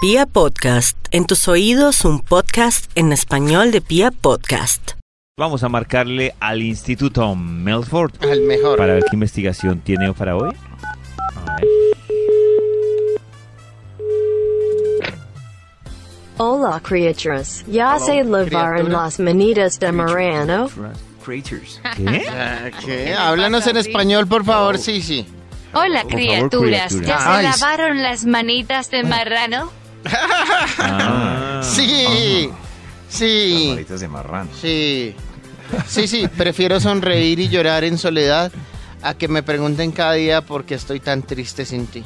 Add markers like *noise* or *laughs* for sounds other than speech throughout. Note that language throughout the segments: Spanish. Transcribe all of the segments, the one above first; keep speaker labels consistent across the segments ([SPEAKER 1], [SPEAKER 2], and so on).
[SPEAKER 1] Pia Podcast, en tus oídos un podcast en español de Pia Podcast.
[SPEAKER 2] Vamos a marcarle al Instituto Melford
[SPEAKER 3] Al mejor.
[SPEAKER 2] para ver qué investigación tiene para hoy. A ver.
[SPEAKER 4] Hola criaturas, ya
[SPEAKER 3] Hello,
[SPEAKER 4] se levaron
[SPEAKER 3] criatura.
[SPEAKER 4] las manitas de este Morano.
[SPEAKER 5] Creatures.
[SPEAKER 2] ¿Qué?
[SPEAKER 3] *laughs* Ah, ¿Qué? Háblanos en español, por
[SPEAKER 5] Oh.
[SPEAKER 3] favor, sí, sí.
[SPEAKER 6] Hola,
[SPEAKER 2] Por favor,
[SPEAKER 6] criaturas.
[SPEAKER 2] criatura.
[SPEAKER 6] ¿Ya
[SPEAKER 3] Ay,
[SPEAKER 6] se
[SPEAKER 3] s-
[SPEAKER 6] lavaron las manitas de marrano?
[SPEAKER 2] Ah.
[SPEAKER 3] Sí. Sí.
[SPEAKER 5] Maritas de marrano.
[SPEAKER 3] Sí. Sí, sí, prefiero sonreír y llorar en soledad a que me pregunten cada día por qué estoy tan triste sin ti.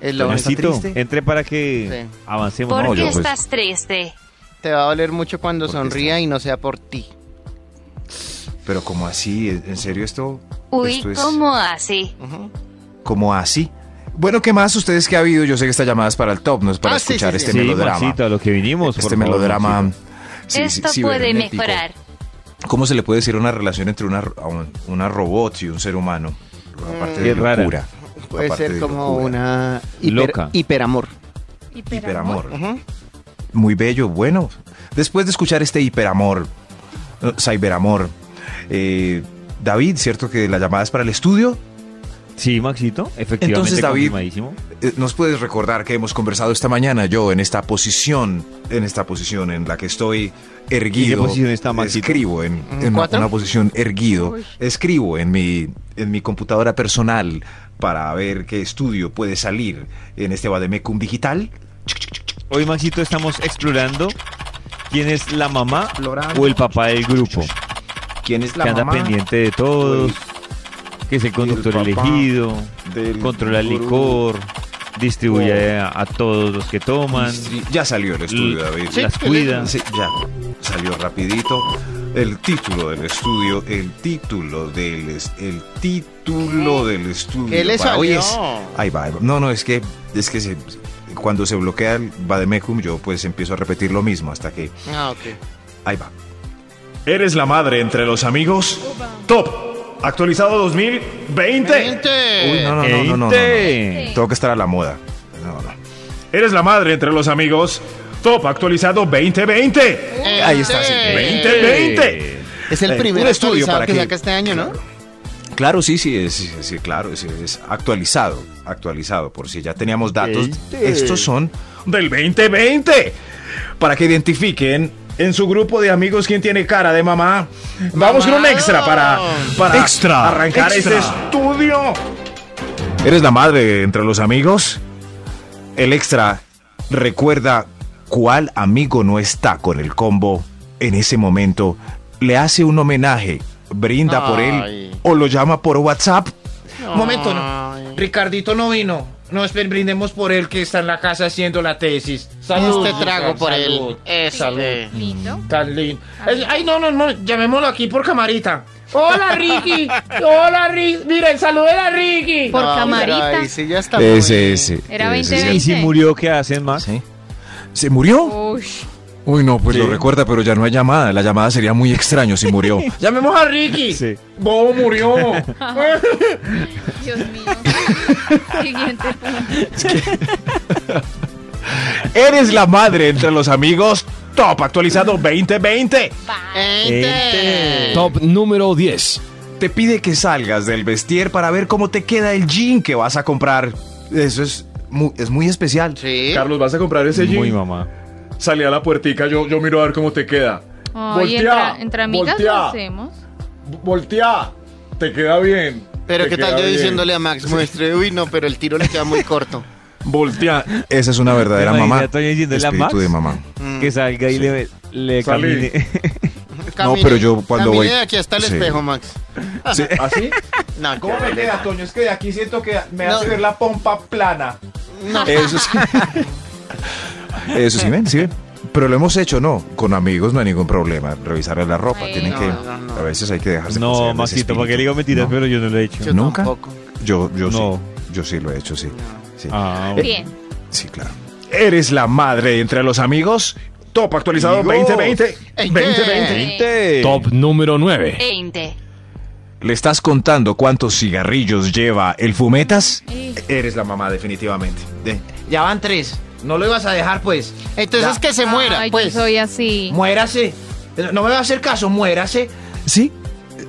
[SPEAKER 3] Es lo único.
[SPEAKER 2] Juancito,
[SPEAKER 5] triste?
[SPEAKER 2] entre para que
[SPEAKER 3] Sí.
[SPEAKER 2] avancemos.
[SPEAKER 6] ¿Por
[SPEAKER 2] No,
[SPEAKER 6] qué
[SPEAKER 2] yo, pues,
[SPEAKER 6] estás triste?
[SPEAKER 3] Te va a doler mucho cuando
[SPEAKER 5] Porque
[SPEAKER 3] sonría y no sea por ti.
[SPEAKER 5] Pero como así, ¿en serio esto?
[SPEAKER 6] Uy,
[SPEAKER 5] esto es
[SPEAKER 6] ¿cómo así?
[SPEAKER 3] Ujú.
[SPEAKER 5] como así. Bueno, ¿qué más ustedes que ha habido? Yo sé que esta llamada es para el top, no es para
[SPEAKER 3] Ah, sí,
[SPEAKER 5] escuchar
[SPEAKER 3] sí, sí.
[SPEAKER 5] este
[SPEAKER 2] sí,
[SPEAKER 5] melodrama.
[SPEAKER 2] Juancito, a lo que vinimos.
[SPEAKER 5] este
[SPEAKER 2] por favor,
[SPEAKER 5] melodrama.
[SPEAKER 2] Juancito.
[SPEAKER 5] sí, sí,
[SPEAKER 6] Esto puede
[SPEAKER 5] cibernético.
[SPEAKER 6] mejorar.
[SPEAKER 5] ¿Cómo se le puede decir una relación entre una, a un- una robot y un ser humano? Aparte
[SPEAKER 2] Qué
[SPEAKER 5] de
[SPEAKER 2] rara.
[SPEAKER 5] locura.
[SPEAKER 3] Puede
[SPEAKER 5] aparte
[SPEAKER 3] ser
[SPEAKER 5] de
[SPEAKER 3] como
[SPEAKER 5] locura.
[SPEAKER 3] una hiper,
[SPEAKER 2] Loca.
[SPEAKER 3] hiperamor.
[SPEAKER 5] Hiperamor.
[SPEAKER 3] Ujú.
[SPEAKER 5] Muy bello, bueno. Después de escuchar este hiperamor, eh, cyberamor, eh, David, ¿cierto que la llamada es para el estudio?
[SPEAKER 2] Sí, Maxito, efectivamente.
[SPEAKER 5] Entonces, David-
[SPEAKER 2] confirmadísimo.
[SPEAKER 5] Eh, ¿Nos puedes recordar que hemos conversado esta mañana yo en esta posición, en esta posición en la que estoy erguido?
[SPEAKER 2] ¿En qué posición está, Maxito?
[SPEAKER 5] Escribo en,
[SPEAKER 3] ¿En
[SPEAKER 5] en una,
[SPEAKER 3] cuatro?
[SPEAKER 5] una posición erguido.
[SPEAKER 3] Uy.
[SPEAKER 5] Escribo en mi, en mi computadora personal para ver qué estudio puede salir en este Bademecum digital.
[SPEAKER 2] Hoy, Maxito, estamos explorando quién es la mamá o el papá del grupo.
[SPEAKER 5] ¿Quién es
[SPEAKER 2] que anda pendiente de todos, que es el conductor
[SPEAKER 5] papá
[SPEAKER 2] elegido,
[SPEAKER 5] del
[SPEAKER 2] controla el
[SPEAKER 5] gurú.
[SPEAKER 2] licor, distribuye
[SPEAKER 5] Oh.
[SPEAKER 2] a, a todos los que toman, E
[SPEAKER 5] Ya salió el estudio,
[SPEAKER 2] l-
[SPEAKER 5] David.
[SPEAKER 2] las cuida.
[SPEAKER 5] Sí, ya salió rapidito el título del estudio, el título del es- el título del estudio.
[SPEAKER 3] ¿Qué le
[SPEAKER 5] Va, hoy
[SPEAKER 3] salió?
[SPEAKER 5] es- ahí va, ahí va. No, no, es que es que se- cuando se bloquea el Bademecum yo pues empiezo a repetir lo mismo hasta que
[SPEAKER 3] Ah, ok.
[SPEAKER 5] ahí va. ¿Eres la madre entre los amigos? Top. Actualizado 2020.
[SPEAKER 3] Gente.
[SPEAKER 5] Uy, no, no, no, no, no, no, no.
[SPEAKER 2] ¡Einte!
[SPEAKER 5] Tengo que estar a la moda. No, no.
[SPEAKER 7] Eres la madre entre los amigos. Top actualizado 2020.
[SPEAKER 5] Ahí está, sí.
[SPEAKER 2] eh.
[SPEAKER 3] Gente.
[SPEAKER 7] 2020.
[SPEAKER 3] Es el
[SPEAKER 5] Eh,
[SPEAKER 3] primer
[SPEAKER 5] un estudio
[SPEAKER 3] estudio
[SPEAKER 5] para
[SPEAKER 3] que,
[SPEAKER 5] que-
[SPEAKER 3] saca este año, ¿no?
[SPEAKER 5] Claro, sí, sí, es, sí, sí, claro, es, es actualizado, actualizado, por si ya teníamos datos. Estos son
[SPEAKER 7] Del 2020.
[SPEAKER 5] para que identifiquen.
[SPEAKER 7] En su grupo de amigos, ¿quién tiene cara de mamá? Vamos con un extra para, para
[SPEAKER 5] Extra,
[SPEAKER 7] arrancar
[SPEAKER 5] extra.
[SPEAKER 7] este estudio.
[SPEAKER 5] ¿Eres la madre entre los amigos? El extra recuerda cuál amigo no está con el combo en ese momento, le hace un homenaje, brinda por él
[SPEAKER 3] Ay.
[SPEAKER 5] o lo llama por WhatsApp.
[SPEAKER 8] Momento, no.
[SPEAKER 3] Ay.
[SPEAKER 8] Ricardito no vino. Nos brindemos por él que está en la casa haciendo la tesis. Salud.
[SPEAKER 3] Este trago
[SPEAKER 8] Ricardo,
[SPEAKER 3] por
[SPEAKER 8] salud.
[SPEAKER 3] él. Este.
[SPEAKER 8] Tan lindo. Ay, Ay, no, no, no. Llamémoslo aquí por camarita. Hola,
[SPEAKER 9] *laughs*
[SPEAKER 8] Ricky. Hola, Ricky. Miren, saluden a Ricky.
[SPEAKER 6] Por
[SPEAKER 3] No,
[SPEAKER 6] camarita.
[SPEAKER 3] pero ahí sí ya está muy-
[SPEAKER 5] Ese, ese,
[SPEAKER 6] Era
[SPEAKER 5] ese, ese.
[SPEAKER 2] ¿Y si murió qué hacen, Max?
[SPEAKER 5] Sí. ¿Se murió? Uy, no, pues lo recuerda, pero ya no hay llamada. La llamada sería muy extraño si murió.
[SPEAKER 8] Llamemos a Ricky.
[SPEAKER 2] Sí.
[SPEAKER 8] Bobo murió.
[SPEAKER 9] Dios mío.
[SPEAKER 5] *laughs*
[SPEAKER 9] Siguiente punto.
[SPEAKER 5] *laughs* Eres la madre entre los amigos.
[SPEAKER 7] Top actualizado 2020.
[SPEAKER 3] Gente.
[SPEAKER 5] Este.
[SPEAKER 10] Top número 10.
[SPEAKER 5] Te pide que salgas del vestier para ver cómo te queda el jean que vas a comprar. Eso es muy, es muy especial.
[SPEAKER 3] Sí.
[SPEAKER 7] Carlos, ¿vas a comprar ese
[SPEAKER 2] Muy
[SPEAKER 7] jean?
[SPEAKER 2] mamá.
[SPEAKER 7] Salí a la puertica, yo, yo miro a ver cómo te queda.
[SPEAKER 9] Ay, entra- entre amigas lo hacemos.
[SPEAKER 7] voltea. Te queda bien.
[SPEAKER 3] Pero
[SPEAKER 7] te
[SPEAKER 3] qué tal
[SPEAKER 7] queda
[SPEAKER 3] yo
[SPEAKER 7] bien.
[SPEAKER 3] diciéndole a Max, muestre, uy no, pero el tiro le queda muy corto.
[SPEAKER 7] Voltea.
[SPEAKER 5] Esa es una verdadera
[SPEAKER 2] Me imaginé
[SPEAKER 5] mamá.
[SPEAKER 2] a Toño diciéndole a
[SPEAKER 5] Espíritu
[SPEAKER 2] Max.
[SPEAKER 5] de mamá.
[SPEAKER 2] Que salga y le, le
[SPEAKER 7] Salí.
[SPEAKER 2] camine. *laughs*
[SPEAKER 3] Camine-
[SPEAKER 5] pero yo cuando
[SPEAKER 3] camine
[SPEAKER 5] voy-
[SPEAKER 3] de aquí hasta el
[SPEAKER 5] Sí.
[SPEAKER 3] espejo, Max.
[SPEAKER 5] Sí.
[SPEAKER 8] ¿Ah,
[SPEAKER 3] *laughs*
[SPEAKER 7] ¿Así?
[SPEAKER 3] No,
[SPEAKER 7] ¿Cómo me queda, Toño? Es que de aquí siento que me hace
[SPEAKER 3] No.
[SPEAKER 7] ver la pompa plana.
[SPEAKER 5] Eso sí. Eso sí, ven, sí ven. Pero lo hemos hecho, ¿no? Con amigos no hay ningún problema. Revisar la ropa.
[SPEAKER 9] Ay,
[SPEAKER 5] Tienen
[SPEAKER 3] no,
[SPEAKER 5] que.
[SPEAKER 3] no, no.
[SPEAKER 5] A veces hay que dejarse.
[SPEAKER 2] no,
[SPEAKER 5] poseer de ese
[SPEAKER 2] Maxito, ¿para qué le digo
[SPEAKER 5] espíritu.
[SPEAKER 2] mentiras?
[SPEAKER 5] No.
[SPEAKER 2] Pero yo no lo he hecho.
[SPEAKER 3] yo
[SPEAKER 5] ¿Nunca?
[SPEAKER 3] tampoco.
[SPEAKER 5] Yo, yo
[SPEAKER 2] No.
[SPEAKER 5] sí. Yo sí lo he hecho, sí. Sí,
[SPEAKER 2] Ah, bueno.
[SPEAKER 9] Bien.
[SPEAKER 5] sí, claro.
[SPEAKER 7] ¿Eres la madre entre los amigos? Top actualizado
[SPEAKER 5] Amigos.
[SPEAKER 7] 2020.
[SPEAKER 3] Ey,
[SPEAKER 7] 2020.
[SPEAKER 10] Top número
[SPEAKER 5] eh.
[SPEAKER 10] 9.
[SPEAKER 6] 20.
[SPEAKER 5] ¿Le estás contando cuántos cigarrillos lleva el fumetas?
[SPEAKER 9] Eh,
[SPEAKER 5] Eres la mamá, definitivamente. De-
[SPEAKER 8] ya van tres.
[SPEAKER 11] No lo ibas a dejar, pues.
[SPEAKER 3] Entonces
[SPEAKER 11] Ya.
[SPEAKER 3] que se muera,
[SPEAKER 9] Ay,
[SPEAKER 3] pues.
[SPEAKER 9] yo soy así.
[SPEAKER 11] Muérase. No me va a hacer caso, muérase.
[SPEAKER 5] ¿Sí?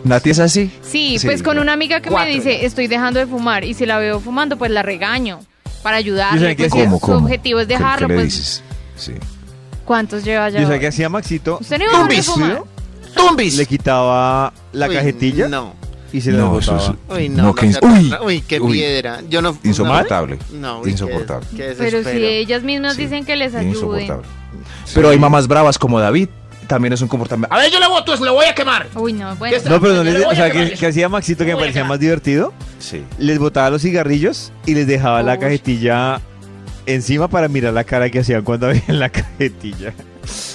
[SPEAKER 5] ¿Nati es así?
[SPEAKER 9] Sí, pues con una amiga que
[SPEAKER 5] Cuatro.
[SPEAKER 9] me dice, estoy dejando de fumar y si la veo fumando, pues la regaño para
[SPEAKER 2] Yo
[SPEAKER 9] ayudarle.
[SPEAKER 2] sé que
[SPEAKER 9] pues, si
[SPEAKER 2] ¿Cómo,
[SPEAKER 9] su
[SPEAKER 2] cómo?
[SPEAKER 9] objetivo es
[SPEAKER 2] ¿Qué- qué
[SPEAKER 9] dejarlo,
[SPEAKER 2] le
[SPEAKER 9] pues
[SPEAKER 2] dices?
[SPEAKER 5] Sí.
[SPEAKER 9] ¿cuántos lleva ya?
[SPEAKER 2] Yo sabía que hacía Maxito.
[SPEAKER 9] Usted no iba a dejar de
[SPEAKER 2] ¿Tumbis?
[SPEAKER 9] fumar.
[SPEAKER 3] ¡Tumbis!
[SPEAKER 2] Le quitaba la
[SPEAKER 3] Uy,
[SPEAKER 2] cajetilla.
[SPEAKER 3] No.
[SPEAKER 2] Y se la
[SPEAKER 5] No, eso
[SPEAKER 2] botaba.
[SPEAKER 5] es-
[SPEAKER 3] Uy, no.
[SPEAKER 5] No,
[SPEAKER 3] no
[SPEAKER 5] que-
[SPEAKER 3] se-
[SPEAKER 5] uy,
[SPEAKER 3] uy, qué
[SPEAKER 5] uy.
[SPEAKER 3] piedra. Yo no.
[SPEAKER 5] Insoportable.
[SPEAKER 3] No, uy, qué-
[SPEAKER 5] Insoportable.
[SPEAKER 3] qué
[SPEAKER 9] Pero si
[SPEAKER 3] desespero.
[SPEAKER 9] ellas mismas dicen que les ayuden.
[SPEAKER 5] Insoportable. Pero hay mamás bravas como David, también es un comportamiento.
[SPEAKER 8] A ver, yo le voto, le voy a quemar.
[SPEAKER 9] Uy, no, bueno.
[SPEAKER 2] No, pero no
[SPEAKER 8] Yo
[SPEAKER 2] les,
[SPEAKER 8] le voy
[SPEAKER 2] o
[SPEAKER 8] a
[SPEAKER 2] sea,
[SPEAKER 8] quemar
[SPEAKER 2] que, que hacía Maxito que me
[SPEAKER 8] voy a
[SPEAKER 2] parecía
[SPEAKER 8] quemar.
[SPEAKER 2] más divertido.
[SPEAKER 5] Sí.
[SPEAKER 2] Les botaba los cigarrillos y les dejaba la
[SPEAKER 9] Uy.
[SPEAKER 2] cajetilla encima para mirar la cara que hacían cuando *laughs* habían la cajetilla.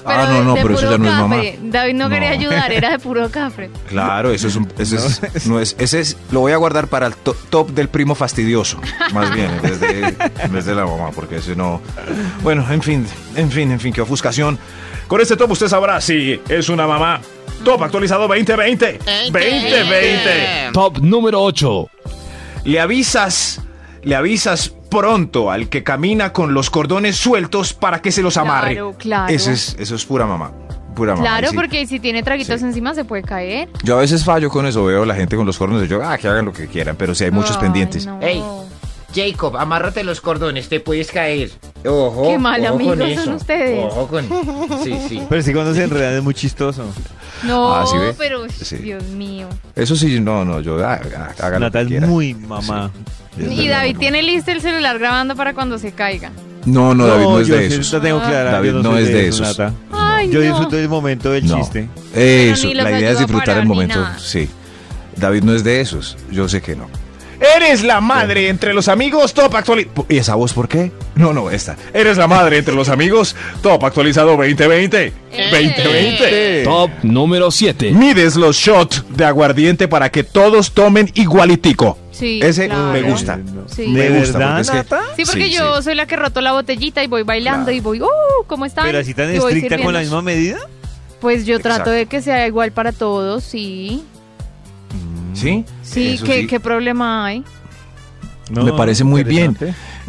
[SPEAKER 5] ah, no,
[SPEAKER 9] de-
[SPEAKER 5] no,
[SPEAKER 9] de
[SPEAKER 5] pero eso
[SPEAKER 9] puro
[SPEAKER 5] ya no es mamá.
[SPEAKER 9] cafre. David no,
[SPEAKER 5] No.
[SPEAKER 9] quería ayudar, era de
[SPEAKER 5] *laughs*
[SPEAKER 9] puro cafre.
[SPEAKER 5] Claro, eso es *laughs* un. Ese es, no es, ese es, lo voy a guardar para el to- top del primo fastidioso, más bien, en vez, de, en vez de la mamá, porque ese no. Bueno, en fin, en fin, en fin, qué ofuscación.
[SPEAKER 7] Con este top usted sabrá si es una mamá. Top actualizado 2020.
[SPEAKER 9] ¿Eh?
[SPEAKER 7] 2020.
[SPEAKER 10] Em. Top número 8.
[SPEAKER 5] Le avisas, le avisas pronto al que camina con los cordones sueltos para que se los amarre.
[SPEAKER 9] Claro, claro.
[SPEAKER 5] Eso, es, eso es pura mamá. Pura mamá.
[SPEAKER 9] Claro,
[SPEAKER 5] sí.
[SPEAKER 9] porque si tiene traguitos encima se puede caer.
[SPEAKER 5] Yo a veces fallo con eso, veo a la gente con los cordones y yo, ah, que hagan lo que quieran, pero sí hay muchos
[SPEAKER 9] Ay,
[SPEAKER 5] pendientes.
[SPEAKER 9] no.
[SPEAKER 11] Ey. Jacob, amárrate los cordones, te puedes caer. Ojo.
[SPEAKER 9] Qué mal
[SPEAKER 11] ojo
[SPEAKER 9] amigos
[SPEAKER 11] con
[SPEAKER 9] son
[SPEAKER 11] eso.
[SPEAKER 9] ustedes.
[SPEAKER 11] Ojo con. Sí, sí.
[SPEAKER 2] Pero sí, cuando se enredan es muy chistoso.
[SPEAKER 9] No,
[SPEAKER 5] Ah, ¿sí ve?
[SPEAKER 9] pero
[SPEAKER 5] Sí.
[SPEAKER 9] Dios mío.
[SPEAKER 5] Eso sí, no, no, yo, ah, ah, hagan lo
[SPEAKER 2] Nata
[SPEAKER 5] que
[SPEAKER 2] es
[SPEAKER 5] quieran.
[SPEAKER 2] muy mamá.
[SPEAKER 5] Es
[SPEAKER 9] Y
[SPEAKER 5] verdad,
[SPEAKER 9] David
[SPEAKER 5] no.
[SPEAKER 9] tiene listo el celular grabando para cuando se caiga.
[SPEAKER 5] No, no, David no, es
[SPEAKER 2] yo
[SPEAKER 5] de
[SPEAKER 2] sí
[SPEAKER 5] esos.
[SPEAKER 2] La tengo clara.
[SPEAKER 5] David
[SPEAKER 2] yo
[SPEAKER 5] no
[SPEAKER 2] soy
[SPEAKER 5] es de esos.
[SPEAKER 2] Nata.
[SPEAKER 9] Ay,
[SPEAKER 2] Yo
[SPEAKER 9] no.
[SPEAKER 2] disfruto del momento del
[SPEAKER 5] No.
[SPEAKER 2] chiste.
[SPEAKER 5] Eso,
[SPEAKER 9] ni los
[SPEAKER 5] la idea
[SPEAKER 9] ayuda
[SPEAKER 5] es disfrutar
[SPEAKER 9] para
[SPEAKER 5] el
[SPEAKER 9] ni
[SPEAKER 5] momento.
[SPEAKER 9] nada.
[SPEAKER 5] Sí. David no es de esos. Yo sé que no.
[SPEAKER 7] Eres la madre entre los amigos. Top actualizado.
[SPEAKER 5] ¿Y esa voz por qué? No, no, esta.
[SPEAKER 7] Eres la madre entre los amigos. Top actualizado 2020.
[SPEAKER 9] Eh.
[SPEAKER 7] 2020.
[SPEAKER 10] Top número 7.
[SPEAKER 7] Mides los shots de aguardiente para que todos tomen igualitico.
[SPEAKER 9] Sí,
[SPEAKER 5] Ese
[SPEAKER 9] claro.
[SPEAKER 5] me gusta.
[SPEAKER 9] Sí.
[SPEAKER 5] Me
[SPEAKER 2] ¿De
[SPEAKER 5] gusta.
[SPEAKER 2] verdad,
[SPEAKER 5] porque es que-
[SPEAKER 2] Nata?
[SPEAKER 9] Sí, porque
[SPEAKER 5] Sí,
[SPEAKER 9] yo soy la que roto la botellita y voy bailando
[SPEAKER 5] Claro.
[SPEAKER 9] y voy, ¡uh! ¿Cómo están?
[SPEAKER 2] Pero así tan
[SPEAKER 9] Y voy
[SPEAKER 2] estricta con la
[SPEAKER 9] sirviendo.
[SPEAKER 2] misma medida.
[SPEAKER 9] Pues yo trato
[SPEAKER 5] Exacto.
[SPEAKER 9] de que sea igual para todos, sí.
[SPEAKER 5] ¿Sí?
[SPEAKER 9] Sí,
[SPEAKER 5] Eso
[SPEAKER 9] ¿qué, ¿qué problema hay?
[SPEAKER 5] Me parece muy bien.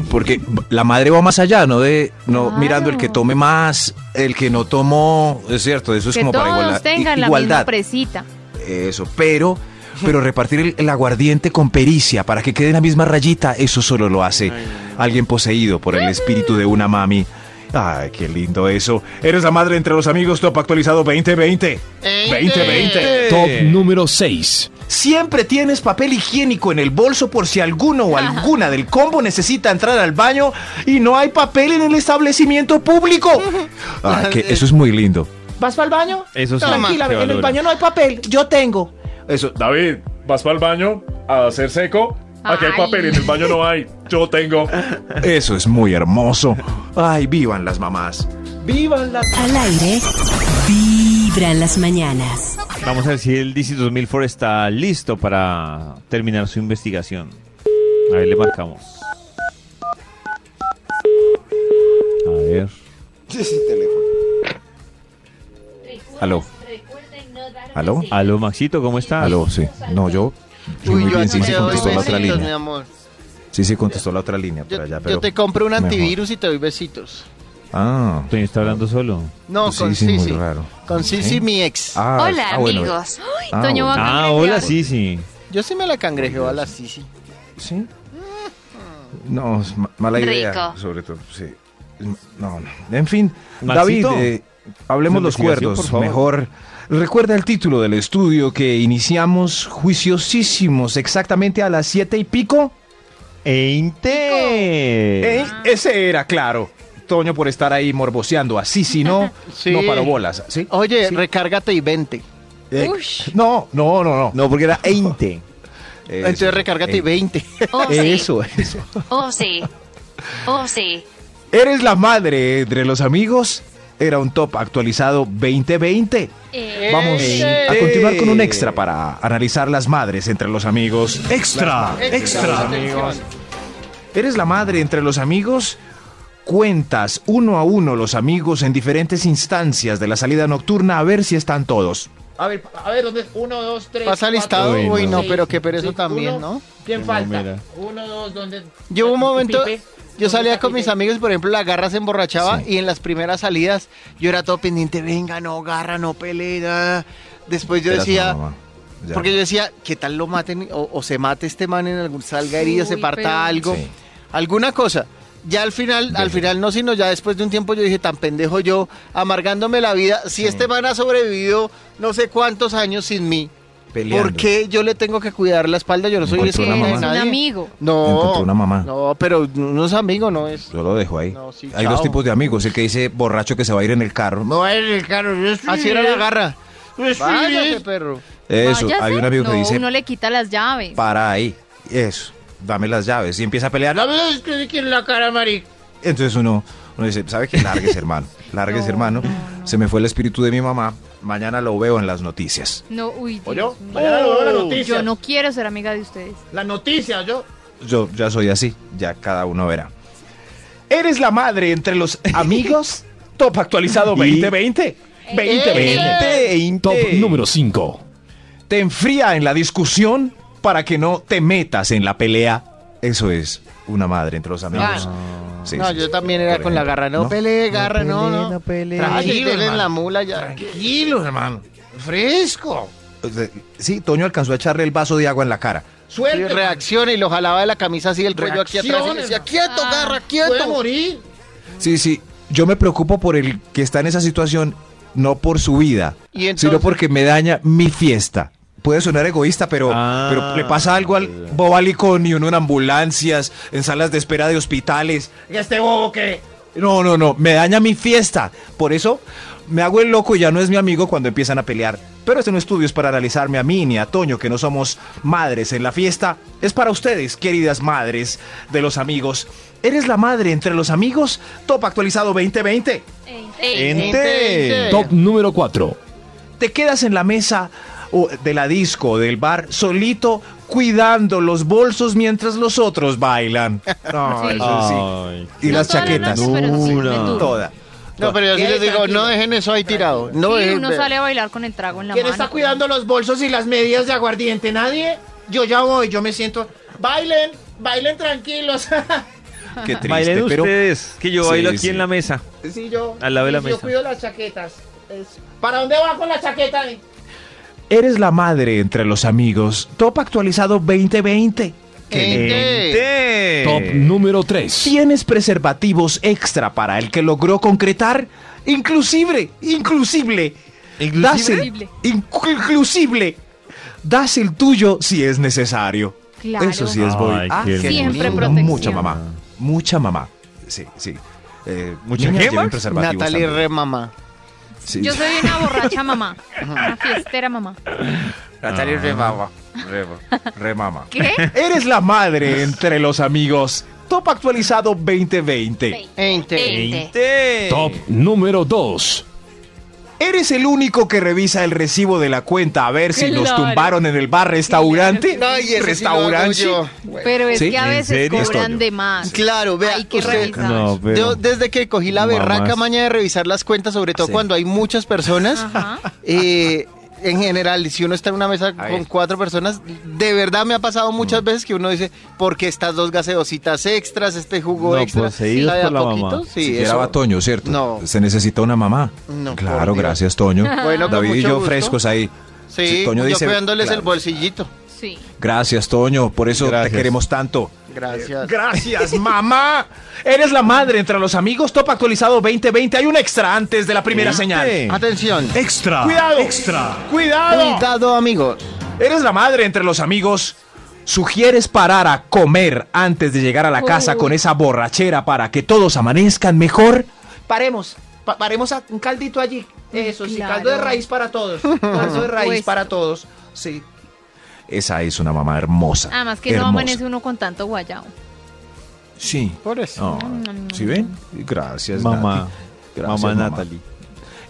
[SPEAKER 5] Porque la madre va más allá, ¿no? De no
[SPEAKER 9] Claro.
[SPEAKER 5] mirando el que tome más, el que no tomó, es cierto, eso es
[SPEAKER 9] Que
[SPEAKER 5] como para
[SPEAKER 9] todos
[SPEAKER 5] igualar,
[SPEAKER 9] tengan la misma
[SPEAKER 5] igualdad.
[SPEAKER 9] presita.
[SPEAKER 5] eso, pero pero repartir el, el aguardiente con pericia para que quede en la misma rayita, eso solo lo hace alguien poseído por el espíritu de una mami. Ay, qué lindo eso.
[SPEAKER 7] Eres la madre entre los amigos. Top actualizado 2020. 2020.
[SPEAKER 10] Top número 6.
[SPEAKER 5] Siempre tienes papel higiénico en el bolso por si alguno o alguna del combo necesita entrar al baño y no hay papel en el establecimiento público. Ah, que eso es muy lindo.
[SPEAKER 11] ¿Vas para el baño?
[SPEAKER 2] Eso sí.
[SPEAKER 11] Tranquila,
[SPEAKER 2] se
[SPEAKER 11] en el
[SPEAKER 2] valora.
[SPEAKER 11] baño no hay papel, yo tengo.
[SPEAKER 7] Eso, David, vas para el baño a hacer seco. Aquí hay
[SPEAKER 9] Ay.
[SPEAKER 7] papel, en el baño no hay. Yo tengo.
[SPEAKER 5] Eso es muy hermoso. Ay, vivan las mamás. *laughs*
[SPEAKER 11] ¡Vivan la.
[SPEAKER 1] Al aire, vibra en las mañanas.
[SPEAKER 2] Vamos a ver si el DC 2000 Ford está listo para terminar su investigación. A ver, le marcamos. A ver.
[SPEAKER 5] Aló. Aló.
[SPEAKER 2] Aló, Maxito, ¿cómo estás?
[SPEAKER 5] Aló, sí. No, yo. yo
[SPEAKER 3] Uy,
[SPEAKER 5] muy
[SPEAKER 3] yo a
[SPEAKER 5] bien,
[SPEAKER 3] ti
[SPEAKER 5] sí se
[SPEAKER 3] te doy
[SPEAKER 5] contestó la otra
[SPEAKER 3] besitos, mi
[SPEAKER 5] línea.
[SPEAKER 3] amor.
[SPEAKER 5] Sí se contestó la otra línea
[SPEAKER 3] Yo,
[SPEAKER 5] por allá,
[SPEAKER 3] yo
[SPEAKER 5] pero.
[SPEAKER 3] te compro un
[SPEAKER 5] mejor.
[SPEAKER 3] antivirus y te doy besitos.
[SPEAKER 5] Ah.
[SPEAKER 2] Toño está hablando solo.
[SPEAKER 3] No,
[SPEAKER 5] Sí,
[SPEAKER 3] con
[SPEAKER 5] sí,
[SPEAKER 3] Sisi.
[SPEAKER 5] muy raro.
[SPEAKER 3] Con
[SPEAKER 5] Sí.
[SPEAKER 3] Sisi, mi ex.
[SPEAKER 5] Ah,
[SPEAKER 6] Hola,
[SPEAKER 5] ah, bueno.
[SPEAKER 6] amigos. Ay,
[SPEAKER 5] Ah, bueno.
[SPEAKER 9] Toño va
[SPEAKER 2] Ah,
[SPEAKER 9] cangrejear.
[SPEAKER 2] hola, sí, sí.
[SPEAKER 3] Yo sí me la cangrejeo a la Sisi.
[SPEAKER 5] Sí. No, es ma- mala idea.
[SPEAKER 6] Rico.
[SPEAKER 5] Sobre todo, sí. No, no. En fin,
[SPEAKER 2] Maxito.
[SPEAKER 5] David, eh, hablemos
[SPEAKER 2] Una
[SPEAKER 5] los
[SPEAKER 2] investigación, por
[SPEAKER 5] cuerdos.
[SPEAKER 2] favor.
[SPEAKER 5] Mejor. Recuerda el título del estudio que iniciamos juiciosísimos exactamente a las siete y pico.
[SPEAKER 2] E Einte. Eh,
[SPEAKER 5] Ey, ese era, claro. Toño por estar ahí morboseando así, si no,
[SPEAKER 3] *laughs* Sí.
[SPEAKER 5] no paro bolas. ¿sí?
[SPEAKER 3] Oye, recárgate y vente.
[SPEAKER 5] Eh,
[SPEAKER 9] Ush.
[SPEAKER 5] No, no, no, no.
[SPEAKER 2] No, porque era Einte.
[SPEAKER 5] Eso,
[SPEAKER 3] pues, Entonces recárgate y
[SPEAKER 5] eh,
[SPEAKER 3] vente.
[SPEAKER 6] Oh, sí.
[SPEAKER 5] Eso, eso.
[SPEAKER 6] Oh, sí. Oh, sí.
[SPEAKER 5] Eres la madre entre los amigos. Era un top actualizado 2020.
[SPEAKER 9] Eh,
[SPEAKER 5] Vamos
[SPEAKER 3] Ey.
[SPEAKER 6] Este.
[SPEAKER 5] a continuar con un extra para analizar las madres entre los amigos. Extra, extra. Eres la madre entre los amigos. Cuentas uno a uno los amigos en diferentes instancias de la salida nocturna a ver si están todos.
[SPEAKER 8] A ver, a ver, ¿dónde? Uno, dos, tres.
[SPEAKER 3] Pasa
[SPEAKER 8] cuatro,
[SPEAKER 3] listado.
[SPEAKER 8] cinco,
[SPEAKER 3] Uy, no,
[SPEAKER 8] seis,
[SPEAKER 3] pero qué perezo
[SPEAKER 8] seis,
[SPEAKER 3] también,
[SPEAKER 8] uno.
[SPEAKER 3] ¿no?
[SPEAKER 8] ¿Quién
[SPEAKER 2] Que no,
[SPEAKER 8] falta?
[SPEAKER 2] mira.
[SPEAKER 8] Uno, dos, ¿dónde?
[SPEAKER 3] Llegó un momento,
[SPEAKER 8] Pipe.
[SPEAKER 3] Yo salía con mis amigos, por ejemplo, la garra se emborrachaba y en las primeras salidas yo era todo pendiente, venga, no, garra, no pelea. Después yo
[SPEAKER 5] Era su
[SPEAKER 3] decía,
[SPEAKER 5] mamá. Ya.
[SPEAKER 3] porque yo decía, ¿qué tal lo maten o, o se mate este man en algún salga herido, se
[SPEAKER 8] Uy,
[SPEAKER 3] parta
[SPEAKER 8] pero-
[SPEAKER 3] algo?
[SPEAKER 5] Sí.
[SPEAKER 3] Alguna cosa. Ya al final, al final no, sino ya después de un tiempo yo dije, tan pendejo yo, amargándome la vida, si este man ha sobrevivido no sé cuántos años sin mí, ¿por
[SPEAKER 5] Peleando.
[SPEAKER 3] qué yo le tengo que cuidar la espalda? Yo no soy
[SPEAKER 5] Encontró una
[SPEAKER 3] esquina de
[SPEAKER 5] mamá.
[SPEAKER 9] Un
[SPEAKER 3] nadie.
[SPEAKER 9] amigo.
[SPEAKER 3] No,
[SPEAKER 5] Encontró una mamá.
[SPEAKER 3] no, pero unos amigos no es.
[SPEAKER 5] Yo lo dejo ahí.
[SPEAKER 3] No, sí,
[SPEAKER 5] Hay
[SPEAKER 3] chao.
[SPEAKER 5] dos tipos de amigos. El que dice borracho que se va a ir en el carro. No,
[SPEAKER 3] Así era la garra. Váyase, perro.
[SPEAKER 5] Eso.
[SPEAKER 9] Váyase.
[SPEAKER 5] Hay un amigo
[SPEAKER 9] No,
[SPEAKER 5] que dice
[SPEAKER 9] Uno le quita las llaves.
[SPEAKER 5] para ahí. Eso. Dame las llaves. Y empieza a pelear.
[SPEAKER 11] La verdad es que le quiero la cara, marica.
[SPEAKER 5] Entonces uno, uno dice, ¿sabe qué? Lárguese, hermano. Lárguese,
[SPEAKER 9] *laughs* No,
[SPEAKER 5] hermano. Se me fue el espíritu de mi mamá. Mañana lo veo en las noticias.
[SPEAKER 9] No, uy, Dios
[SPEAKER 8] ¿Oyó?
[SPEAKER 9] mío.
[SPEAKER 8] Mañana lo veo en la noticia.
[SPEAKER 9] Oh, Yo no quiero ser amiga de ustedes.
[SPEAKER 8] La noticia, yo.
[SPEAKER 5] Yo ya soy así. Ya cada uno verá. Eres la madre
[SPEAKER 3] *laughs*
[SPEAKER 5] entre los amigos.
[SPEAKER 7] Top actualizado
[SPEAKER 5] Y-
[SPEAKER 7] 2020. 2020.
[SPEAKER 5] 20.
[SPEAKER 10] Top número 5.
[SPEAKER 5] Te enfría en la discusión para que no te metas en la pelea. Eso es una madre entre los amigos. Sí,
[SPEAKER 3] No,
[SPEAKER 5] sí,
[SPEAKER 3] yo
[SPEAKER 5] sí.
[SPEAKER 3] también era
[SPEAKER 5] Por
[SPEAKER 3] con la
[SPEAKER 5] ejemplo,
[SPEAKER 3] garra. No, peleé, garra, no, no. Tranquilo,
[SPEAKER 11] Tranquilo,
[SPEAKER 3] denle
[SPEAKER 11] hermano.
[SPEAKER 3] la mula ya.
[SPEAKER 11] Tranquilo, hermano. Fresco.
[SPEAKER 5] Pues, eh, Sí, Toño alcanzó a echarle el vaso de agua en la cara.
[SPEAKER 3] Y
[SPEAKER 11] Suerte.
[SPEAKER 3] reacciona y lo jalaba de la camisa así, el cuello aquí atrás. Y
[SPEAKER 11] Reacciona,
[SPEAKER 3] decía,
[SPEAKER 11] hermano.
[SPEAKER 3] quieto,
[SPEAKER 9] Ah,
[SPEAKER 3] garra,
[SPEAKER 11] Puede
[SPEAKER 3] quieto.
[SPEAKER 11] morir.
[SPEAKER 5] Sí, sí. Yo me preocupo por el que está en esa situación, no por su vida,
[SPEAKER 3] Y entonces-
[SPEAKER 5] sino porque me daña mi fiesta. Puede sonar egoísta, pero,
[SPEAKER 2] Ah,
[SPEAKER 5] pero le pasa algo al
[SPEAKER 2] ya.
[SPEAKER 5] boba licón y uno en ambulancias, en salas de espera de hospitales.
[SPEAKER 11] ¿Y este bobo qué?
[SPEAKER 5] No, no, no, me daña mi fiesta. Por eso me hago el loco y ya no es mi amigo cuando empiezan a pelear. Pero este no estudio es para analizarme a mí ni a Toño, que no somos madres en la fiesta. Es para ustedes, queridas madres de los amigos. ¿Eres la madre entre los amigos? Top actualizado 2020.
[SPEAKER 2] Ente.
[SPEAKER 3] Ente.
[SPEAKER 10] Top número 4.
[SPEAKER 5] Te quedas en la mesa o de la disco o del bar solito cuidando los bolsos mientras los otros bailan. *laughs* No,
[SPEAKER 9] Sí.
[SPEAKER 5] eso sí. Ah.
[SPEAKER 2] Ay,
[SPEAKER 5] Y
[SPEAKER 9] No
[SPEAKER 5] las
[SPEAKER 9] toda la
[SPEAKER 5] chaquetas.
[SPEAKER 9] noche, pero sí,
[SPEAKER 2] Dura.
[SPEAKER 9] es duro.
[SPEAKER 5] Toda.
[SPEAKER 3] No, pero yo sí
[SPEAKER 11] Quede
[SPEAKER 3] les digo,
[SPEAKER 11] tranquilo.
[SPEAKER 3] no dejen eso ahí tirado. No
[SPEAKER 9] sí,
[SPEAKER 3] dejen-
[SPEAKER 9] uno sale a bailar con el trago en la
[SPEAKER 11] eh, ¿Quién
[SPEAKER 9] mano.
[SPEAKER 11] está cuidando los bolsos y las medidas de aguardiente? ¿Nadie? Yo ya voy, yo me siento. Bailen, bailen tranquilos. *laughs*
[SPEAKER 5] Qué triste,
[SPEAKER 2] Bailen
[SPEAKER 5] pero
[SPEAKER 2] ustedes, que yo
[SPEAKER 5] Sí,
[SPEAKER 2] bailo aquí
[SPEAKER 5] sí.
[SPEAKER 2] en la mesa.
[SPEAKER 11] sí, yo.
[SPEAKER 2] Al lado de la
[SPEAKER 11] yo
[SPEAKER 2] mesa.
[SPEAKER 11] cuido las chaquetas. Eso. ¿Para dónde va con la chaqueta?
[SPEAKER 5] Eres la madre entre los amigos. Top actualizado 2020.
[SPEAKER 3] Ente.
[SPEAKER 5] Eh.
[SPEAKER 2] Ente.
[SPEAKER 10] Top número 3.
[SPEAKER 5] ¿Tienes preservativos extra para el que logró concretar? Inclusive, inclusive.
[SPEAKER 2] ¿Inclusive?
[SPEAKER 5] Das el, inc- inclusive. Das el tuyo si es necesario.
[SPEAKER 9] Claro.
[SPEAKER 5] Eso sí es voy.
[SPEAKER 2] Ay, qué
[SPEAKER 9] Siempre
[SPEAKER 5] lindo.
[SPEAKER 9] protección.
[SPEAKER 5] Mucha mamá. Mucha mamá. Sí, sí. Eh,
[SPEAKER 2] ¿Mucha
[SPEAKER 5] niñas
[SPEAKER 2] qué
[SPEAKER 5] lleven
[SPEAKER 2] más?
[SPEAKER 5] preservativos
[SPEAKER 3] Natalie
[SPEAKER 5] también.
[SPEAKER 3] re mamá.
[SPEAKER 5] Sí.
[SPEAKER 9] Yo soy una
[SPEAKER 11] *laughs*
[SPEAKER 9] borracha mamá. Una fiestera mamá.
[SPEAKER 5] Natalie remama. *laughs* Remama.
[SPEAKER 9] ¿Qué?
[SPEAKER 5] Eres la madre entre los amigos. Top actualizado 2020.
[SPEAKER 3] Ente.
[SPEAKER 2] Ente.
[SPEAKER 10] Top número 2.
[SPEAKER 5] ¿Eres el único que revisa el recibo de la cuenta a ver si los
[SPEAKER 9] Claro.
[SPEAKER 5] tumbaron en el bar restaurante?
[SPEAKER 3] No, y ese sí lo hago
[SPEAKER 5] restaurante.
[SPEAKER 3] yo.
[SPEAKER 9] Pero es
[SPEAKER 5] ¿Sí?
[SPEAKER 9] que a
[SPEAKER 2] ¿En
[SPEAKER 9] veces
[SPEAKER 2] serio?
[SPEAKER 9] cobran
[SPEAKER 5] Estoño.
[SPEAKER 9] de más.
[SPEAKER 3] Claro, vea,
[SPEAKER 9] Hay que
[SPEAKER 3] usted-
[SPEAKER 9] revisar.
[SPEAKER 2] No, pero.
[SPEAKER 3] Yo desde que cogí la berraca
[SPEAKER 2] Mamás.
[SPEAKER 3] maña de revisar las cuentas, sobre todo
[SPEAKER 5] Sí.
[SPEAKER 3] cuando hay muchas personas,
[SPEAKER 9] Ajá.
[SPEAKER 3] eh, en general, si uno está en una mesa
[SPEAKER 5] A
[SPEAKER 3] con
[SPEAKER 5] ver.
[SPEAKER 3] cuatro personas, de verdad me ha pasado
[SPEAKER 2] Mm.
[SPEAKER 3] muchas veces que uno dice, porque estas dos gaseositas extras, este jugo
[SPEAKER 2] No,
[SPEAKER 3] extra,
[SPEAKER 2] poseídos
[SPEAKER 3] ¿sabe
[SPEAKER 2] por la mamá.
[SPEAKER 3] Sí,
[SPEAKER 5] Siquiera
[SPEAKER 3] eso.
[SPEAKER 5] va Toño, ¿cierto?
[SPEAKER 3] No.
[SPEAKER 5] Se necesita una mamá.
[SPEAKER 3] No, por
[SPEAKER 5] claro,
[SPEAKER 3] Dios.
[SPEAKER 5] gracias, Toño.
[SPEAKER 3] *laughs* Bueno, con
[SPEAKER 5] David y
[SPEAKER 3] mucho
[SPEAKER 5] yo
[SPEAKER 3] gusto.
[SPEAKER 5] frescos ahí.
[SPEAKER 3] Sí,
[SPEAKER 5] Si
[SPEAKER 3] yo
[SPEAKER 5] dice-
[SPEAKER 3] cuidándoles
[SPEAKER 5] Claro.
[SPEAKER 3] el bolsillito.
[SPEAKER 9] Sí.
[SPEAKER 5] Gracias, Toño. Por eso
[SPEAKER 2] Gracias.
[SPEAKER 5] te queremos tanto.
[SPEAKER 3] Gracias. *laughs*
[SPEAKER 5] Gracias, mamá. Eres la madre entre los amigos. Top actualizado 2020. Hay un extra antes de la primera señal.
[SPEAKER 3] Atención.
[SPEAKER 5] Extra. Cuidado. Extra. Cuidado.
[SPEAKER 3] Cuidado, amigo.
[SPEAKER 5] Eres la madre entre los amigos. Sugieres parar a comer antes de llegar a la casa
[SPEAKER 11] Oh.
[SPEAKER 9] Uy.
[SPEAKER 5] con esa borrachera para que todos amanezcan mejor.
[SPEAKER 11] Paremos. pa- paremos a un caldito allí. Eso sí,
[SPEAKER 9] Claro. Pues.
[SPEAKER 11] caldo de raíz para todos. Caldo de raíz
[SPEAKER 9] supuesto.
[SPEAKER 11] para todos. Sí.
[SPEAKER 5] Esa es una mamá hermosa.
[SPEAKER 9] Además Ah, que no
[SPEAKER 5] hermosa.
[SPEAKER 9] amanece uno con tanto guayao.
[SPEAKER 5] Sí.
[SPEAKER 3] Por eso.
[SPEAKER 5] Ah, ¿Sí ven? Gracias,
[SPEAKER 2] Mamá.
[SPEAKER 5] Nati. Gracias,
[SPEAKER 2] Mamá Natalie.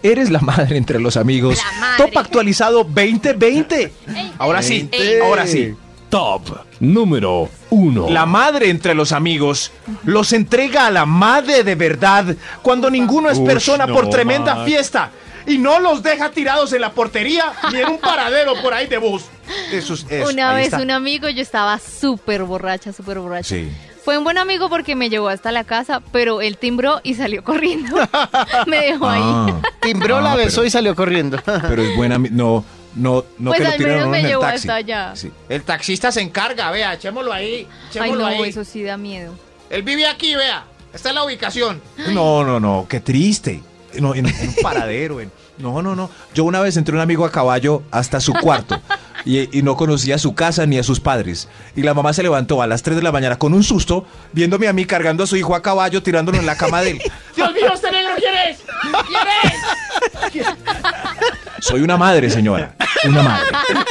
[SPEAKER 5] Eres la madre entre los amigos.
[SPEAKER 6] La madre.
[SPEAKER 5] Top actualizado 2020. Ahora sí, ahora sí.
[SPEAKER 10] Top número 1.
[SPEAKER 5] La madre entre los amigos los entrega a la madre de verdad cuando ninguno es
[SPEAKER 2] Ush,
[SPEAKER 5] persona
[SPEAKER 2] no,
[SPEAKER 5] por tremenda
[SPEAKER 2] Max.
[SPEAKER 5] fiesta y no los deja tirados en la portería ni en un paradero por ahí de bus. Eso es eso,
[SPEAKER 9] Una
[SPEAKER 5] ahí
[SPEAKER 9] vez
[SPEAKER 5] está.
[SPEAKER 9] un amigo, yo estaba súper borracha, súper borracha.
[SPEAKER 5] Sí.
[SPEAKER 9] Fue un buen amigo porque me llevó hasta la casa, pero él timbró y salió corriendo. *laughs* me dejó ahí.
[SPEAKER 5] Ah,
[SPEAKER 3] Timbró
[SPEAKER 5] ah,
[SPEAKER 3] la
[SPEAKER 5] pero-
[SPEAKER 3] besó y salió corriendo.
[SPEAKER 5] Pero es buena. ami- No, no, no
[SPEAKER 9] Pues
[SPEAKER 5] que lo
[SPEAKER 9] al
[SPEAKER 5] tiren a
[SPEAKER 9] menos
[SPEAKER 5] uno
[SPEAKER 9] me
[SPEAKER 5] en el
[SPEAKER 9] llevó
[SPEAKER 5] taxi.
[SPEAKER 9] hasta allá.
[SPEAKER 5] Sí.
[SPEAKER 11] El taxista se encarga, vea, echémoslo ahí.
[SPEAKER 9] Ay,
[SPEAKER 11] Echémoslo
[SPEAKER 9] no,
[SPEAKER 11] ahí.
[SPEAKER 9] eso sí da miedo.
[SPEAKER 11] Él vive aquí, vea. Esta es la ubicación.
[SPEAKER 5] No, no, no, qué triste. No, en, en un paradero. en- no, no, no. Yo una vez entré un amigo a caballo hasta su cuarto y, y no conocía su casa ni a sus padres. Y la mamá se levantó a las 3 de la mañana con un susto, viéndome a mí cargando a su hijo a caballo, tirándolo en la cama de él.
[SPEAKER 9] *laughs*
[SPEAKER 8] Dios mío, este negro, ¿quién es? ¿Quién es?
[SPEAKER 5] Soy una madre, señora. Una madre.